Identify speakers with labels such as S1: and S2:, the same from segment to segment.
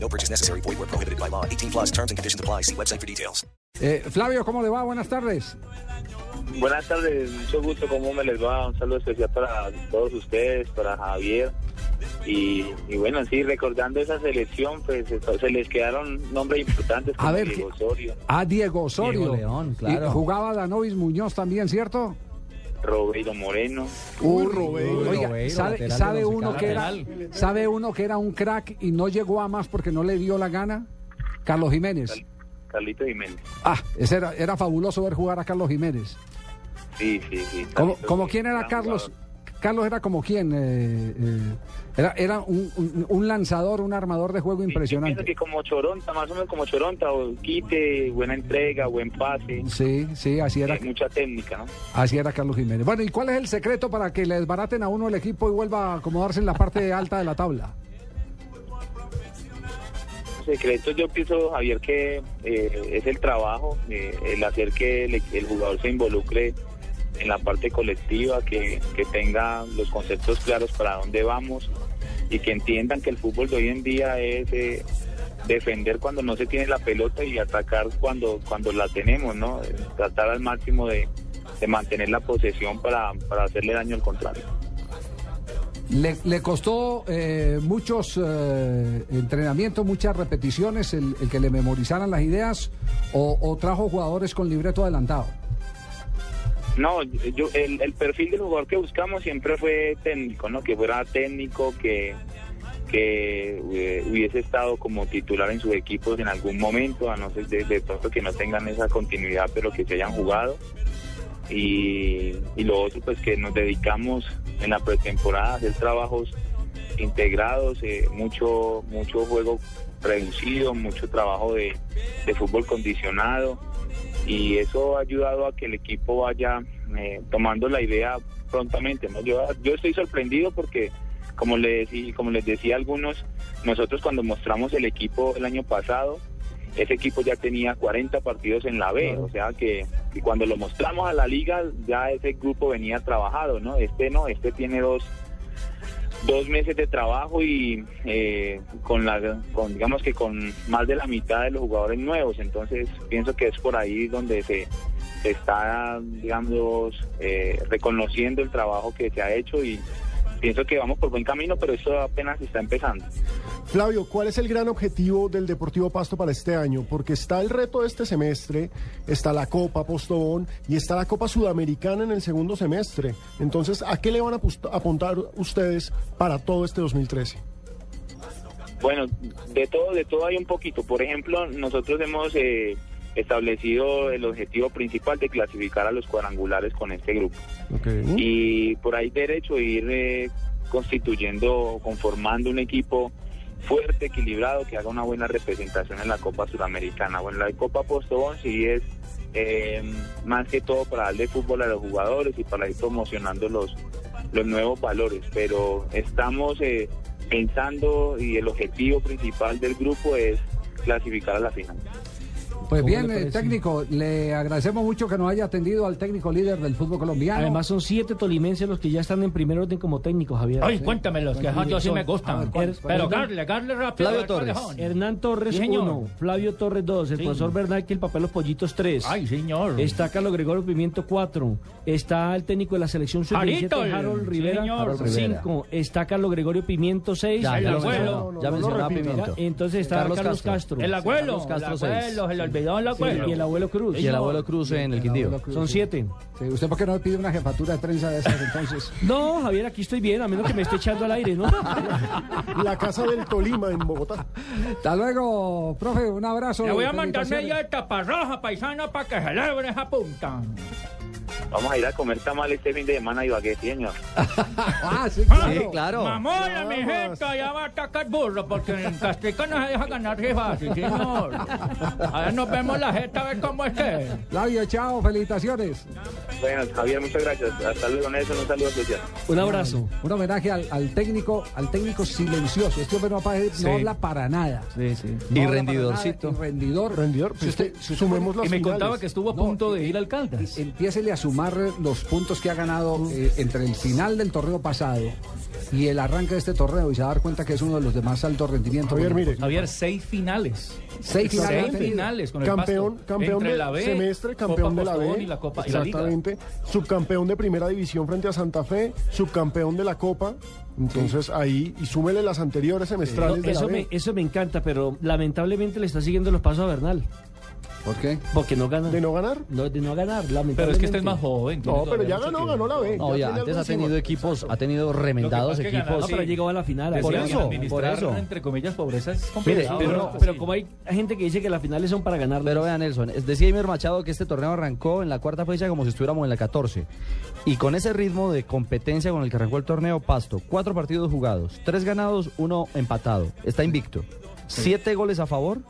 S1: No purchase necessary. Void where prohibited by law. 18 plus terms and conditions apply. See website for details.
S2: Eh, Flavio, ¿cómo le va? Buenas tardes.
S3: Buenas tardes, mucho gusto, ¿cómo me les va? Un saludo especial para todos ustedes, para Javier. Y, y bueno, sí, recordando esa selección, pues se les quedaron nombres importantes como
S2: A ver,
S3: Diego
S2: ¿qué-
S3: Osorio,
S2: Ah, Diego Osorio.
S4: Diego León, claro.
S2: Y jugaba Danovis Muñoz también, ¿cierto?
S3: Robeiro Moreno.
S2: Uy,
S4: Robeiro.
S2: Oiga,
S4: Robeiro,
S2: ¿sabe,
S4: lateral de
S2: sabe
S4: Once
S2: uno que era,
S4: Caldas.
S2: ¿sabe uno que era un crack y no llegó a más porque no le dio la gana? Carlos Jiménez.
S3: Carlito Jiménez.
S2: Ah, ese era, era fabuloso ver jugar a Carlos Jiménez.
S3: Sí, sí, sí.
S2: ¿Como,
S3: Carlito
S2: como
S3: Jiménez,
S2: quién era
S3: gran
S2: Carlos?
S3: jugador.
S2: Carlos era como quién. eh, eh, era era un, un- un lanzador, un armador de juego
S3: Sí, yo pienso
S2: impresionante.
S3: que como Choronta, más o menos como Choronta, o quite, buena entrega, buen pase,
S2: Sí, sí, así era,
S3: eh, mucha técnica, ¿no?
S2: así era Carlos Jiménez. Bueno, ¿y cuál es el secreto para que le desbaraten a uno el equipo y vuelva a acomodarse en la parte alta de la tabla?
S3: secreto yo pienso, Javier, que eh, es el trabajo, eh, el hacer que el, el jugador se involucre en la parte colectiva, que, que tenga los conceptos claros para dónde vamos y que entiendan que el fútbol de hoy en día es eh, defender cuando no se tiene la pelota y atacar cuando, cuando la tenemos, ¿no? Eh, Tratar al máximo de, de mantener la posesión para, para hacerle daño al contrario.
S2: Le, le costó eh, muchos eh, entrenamientos, muchas repeticiones, el, el que le memorizaran las ideas o, o trajo jugadores con libreto adelantado.
S3: No, yo, el, el perfil del jugador que buscamos siempre fue técnico, ¿no? Que fuera técnico, que, que eh, hubiese estado como titular en sus equipos en algún momento, a no ser de, de pronto que no tengan esa continuidad, pero que se hayan jugado. Y, y lo otro, pues que nos dedicamos en la pretemporada a hacer trabajos integrados, eh, mucho, mucho juego reducido, mucho trabajo de, de fútbol condicionado y eso ha ayudado a que el equipo vaya eh, tomando la idea prontamente. ¿no? Yo, yo estoy sorprendido porque, como, le decí- como les decía a algunos, nosotros cuando mostramos el equipo el año pasado, ese equipo ya tenía 40 partidos en la B, o sea que, que cuando lo mostramos a la liga ya ese grupo venía trabajado, ¿no? Este no, este tiene dos dos meses de trabajo y eh, con la con, digamos que con más de la mitad de los jugadores nuevos entonces pienso que es por ahí donde se, se está digamos eh, reconociendo el trabajo que se ha hecho y pienso que vamos por buen camino pero eso apenas está empezando
S5: Flavio, ¿cuál es el gran objetivo del Deportivo Pasto para este año? Porque está el reto de este semestre, está la Copa Postobón y está la Copa Sudamericana en el segundo semestre. Entonces, ¿a qué le van a apust- apuntar ustedes para todo este 2013?
S3: Bueno, de todo, de todo hay un poquito. Por ejemplo, nosotros hemos eh, establecido el objetivo principal de clasificar a los cuadrangulares con este grupo. Y por ahí derecho ir eh, constituyendo, conformando un equipo fuerte, equilibrado, que haga una buena representación en la Copa Sudamericana. Bueno, la Copa Postobón sí es eh, más que todo para darle fútbol a los jugadores y para ir promocionando los, los nuevos valores, pero estamos eh, pensando y el objetivo principal del grupo es clasificar a la final.
S2: Pues
S4: ¿Cómo
S2: bien,
S4: le
S2: eh,
S4: parece?
S2: técnico, le agradecemos mucho que nos haya atendido al técnico líder del fútbol colombiano.
S6: Además son siete ¿eh? tolimenses los que ya están en primer orden como técnicos, Javier.
S7: Ay, cuéntamelos, que ajá, yo sí me
S2: A ver,
S7: gustan.
S2: ¿cuáles,
S7: Pero
S2: cuáles?
S7: Garle, Garle rápido.
S4: Flavio
S7: a ver,
S4: Torres.
S7: ¿cuáles son?
S6: Hernán Torres
S7: pues, Sí, señor.
S6: 1, Flavio Torres 2, el
S7: Sí.
S6: profesor Bernal que el papel Los Pollitos 3.
S7: Ay, señor.
S6: Está Carlos Gregorio Pimiento 4, está el técnico de la selección sub-17
S7: Jarito, el-
S6: Harold
S7: sí,
S6: Rivera
S7: señor.
S4: Harold Rivera.
S6: 5, está Carlos Gregorio Pimiento 6,
S4: Ya,
S7: El
S4: ya lo
S7: abuelo.
S4: mencionó,
S5: No, no, no
S4: ya
S5: lo
S4: mencionaba
S5: repita.
S4: Pimiento.
S6: entonces está Carlos, Castro,
S7: El abuelo.
S4: Carlos Castro
S7: el abuelo,
S4: seis.
S7: se le olvidó el abuelo.
S6: y el abuelo Cruz.
S4: Y el abuelo Cruz en el Quindío.
S2: Cruz,
S6: Son
S2: sí.
S6: siete.
S2: Sí, ¿Usted por qué no le pide una jefatura de prensa de esas entonces?
S6: No, Javier, aquí estoy bien, a menos que me esté echando al aire, ¿no?
S5: La Casa del Tolima en Bogotá.
S2: Hasta luego, profe, un abrazo.
S7: Le voy a mandar
S2: felicitaciones.
S7: media taparraja paisana para que celebre esa punta.
S3: Vamos a ir a comer tamal este fin de semana y Ibagué, sí, señor.
S2: Ah, sí,
S4: Sí,
S2: claro.
S4: claro.
S7: Mamona, mi
S5: Vamos.
S7: gente, allá va a atacar burro, porque en Castrica no se deja ganar rifas, sí, señor. Allá nos vemos la jeta, a ver cómo es que. es.
S2: Flavio, chao, felicitaciones.
S3: Bueno, Javier, muchas gracias. Hasta luego, Nelson. Un saludo especial.
S6: Un abrazo.
S2: Un homenaje al, al técnico, al técnico silencioso. Este hombre no, apa- no habla para nada.
S4: Sí, sí.
S2: No
S4: Y
S2: habla para
S4: rendidorcito.
S2: nada, y rendidor.
S5: Rendidor, pues
S2: Si usted-
S5: es que
S2: si usted
S5: sumemos las
S6: Y me
S5: finales.
S6: contaba que estuvo a
S2: No,
S6: punto de
S2: eh,
S6: ir al Caldas.
S2: Empiésele a sumar los puntos que ha ganado eh, entre el final del torneo pasado y el arranque de este torneo y se va a dar cuenta que es uno de los de más alto rendimiento.
S5: Javier, mire,
S7: Javier, seis finales.
S2: Seis finales ha
S7: Seis
S2: tenido.
S7: finales con el
S5: campeón,
S7: Pasto.
S5: campeón
S7: Entre
S5: de
S7: la B,
S5: semestre,
S7: Copa
S5: campeón de la
S7: Postobón
S5: B,
S7: y la Copa y la Liga.
S5: exactamente, subcampeón de primera división frente a Santa Fe, subcampeón de la Copa, entonces ahí, y súmele las anteriores
S6: No,
S5: semestrales de la
S6: eso,
S5: B.
S6: me, eso me encanta, pero lamentablemente le está siguiendo los pasos a Bernal.
S2: ¿Por qué?
S6: Porque no gana.
S5: ¿De no ganar?
S6: No, de no ganar, lamentablemente.
S7: Pero es que este es más joven. tiene
S5: No, pero
S7: todavía
S5: ya
S7: mucho
S5: ganó,
S7: tiempo.
S5: ganó la B.
S4: No, ya,
S5: tiene
S4: antes
S5: algo
S4: ha tenido
S5: encima.
S4: equipos, ha tenido remendados
S7: Lo que pasa es que
S4: equipos.
S6: No, pero
S7: Sí.
S6: llegó a la final. así
S4: Por
S6: que
S7: Decían que
S4: eso, por
S7: administrar,
S4: eso.
S7: Entre comillas, pobreza es
S4: Mire,
S7: complicado.
S6: Pero,
S7: ¿no?
S6: pero como hay gente que dice que las finales son para ganar,
S4: Pero vean, Nelson, es- decía Imer Machado que este torneo arrancó en la cuarta fecha como si estuviéramos en la 14. Y con ese ritmo de competencia con el que arrancó el torneo, Pasto, cuatro partidos jugados, tres ganados, uno empatado. Está invicto. Siete goles a favor,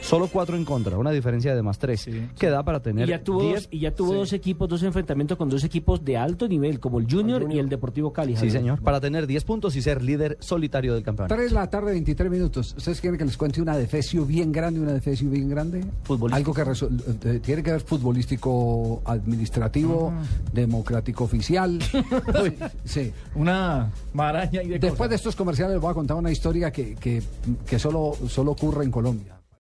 S4: solo cuatro en contra. Una diferencia de más tres. que da para tener
S6: y ya tuvo,
S4: diez-
S6: dos, y ya tuvo dos equipos, dos enfrentamientos con dos equipos de alto nivel, como el Junior, y el Deportivo Cali.
S4: Sí,
S6: Javier.
S4: señor. Para tener 10 puntos y ser líder solitario del campeonato.
S2: Tres de la tarde, 23 minutos. ¿Ustedes quieren que les cuente una defesio bien grande, una defesio bien grande?
S6: Futbolístico.
S2: Algo que resol- eh, eh, tiene que ver futbolístico, administrativo, democrático oficial. Sí, sí.
S7: Una maraña y de
S2: Después de
S7: cosas.
S2: estos comerciales les voy a contar una historia que, que, que solo, solo ocurre en Colombia.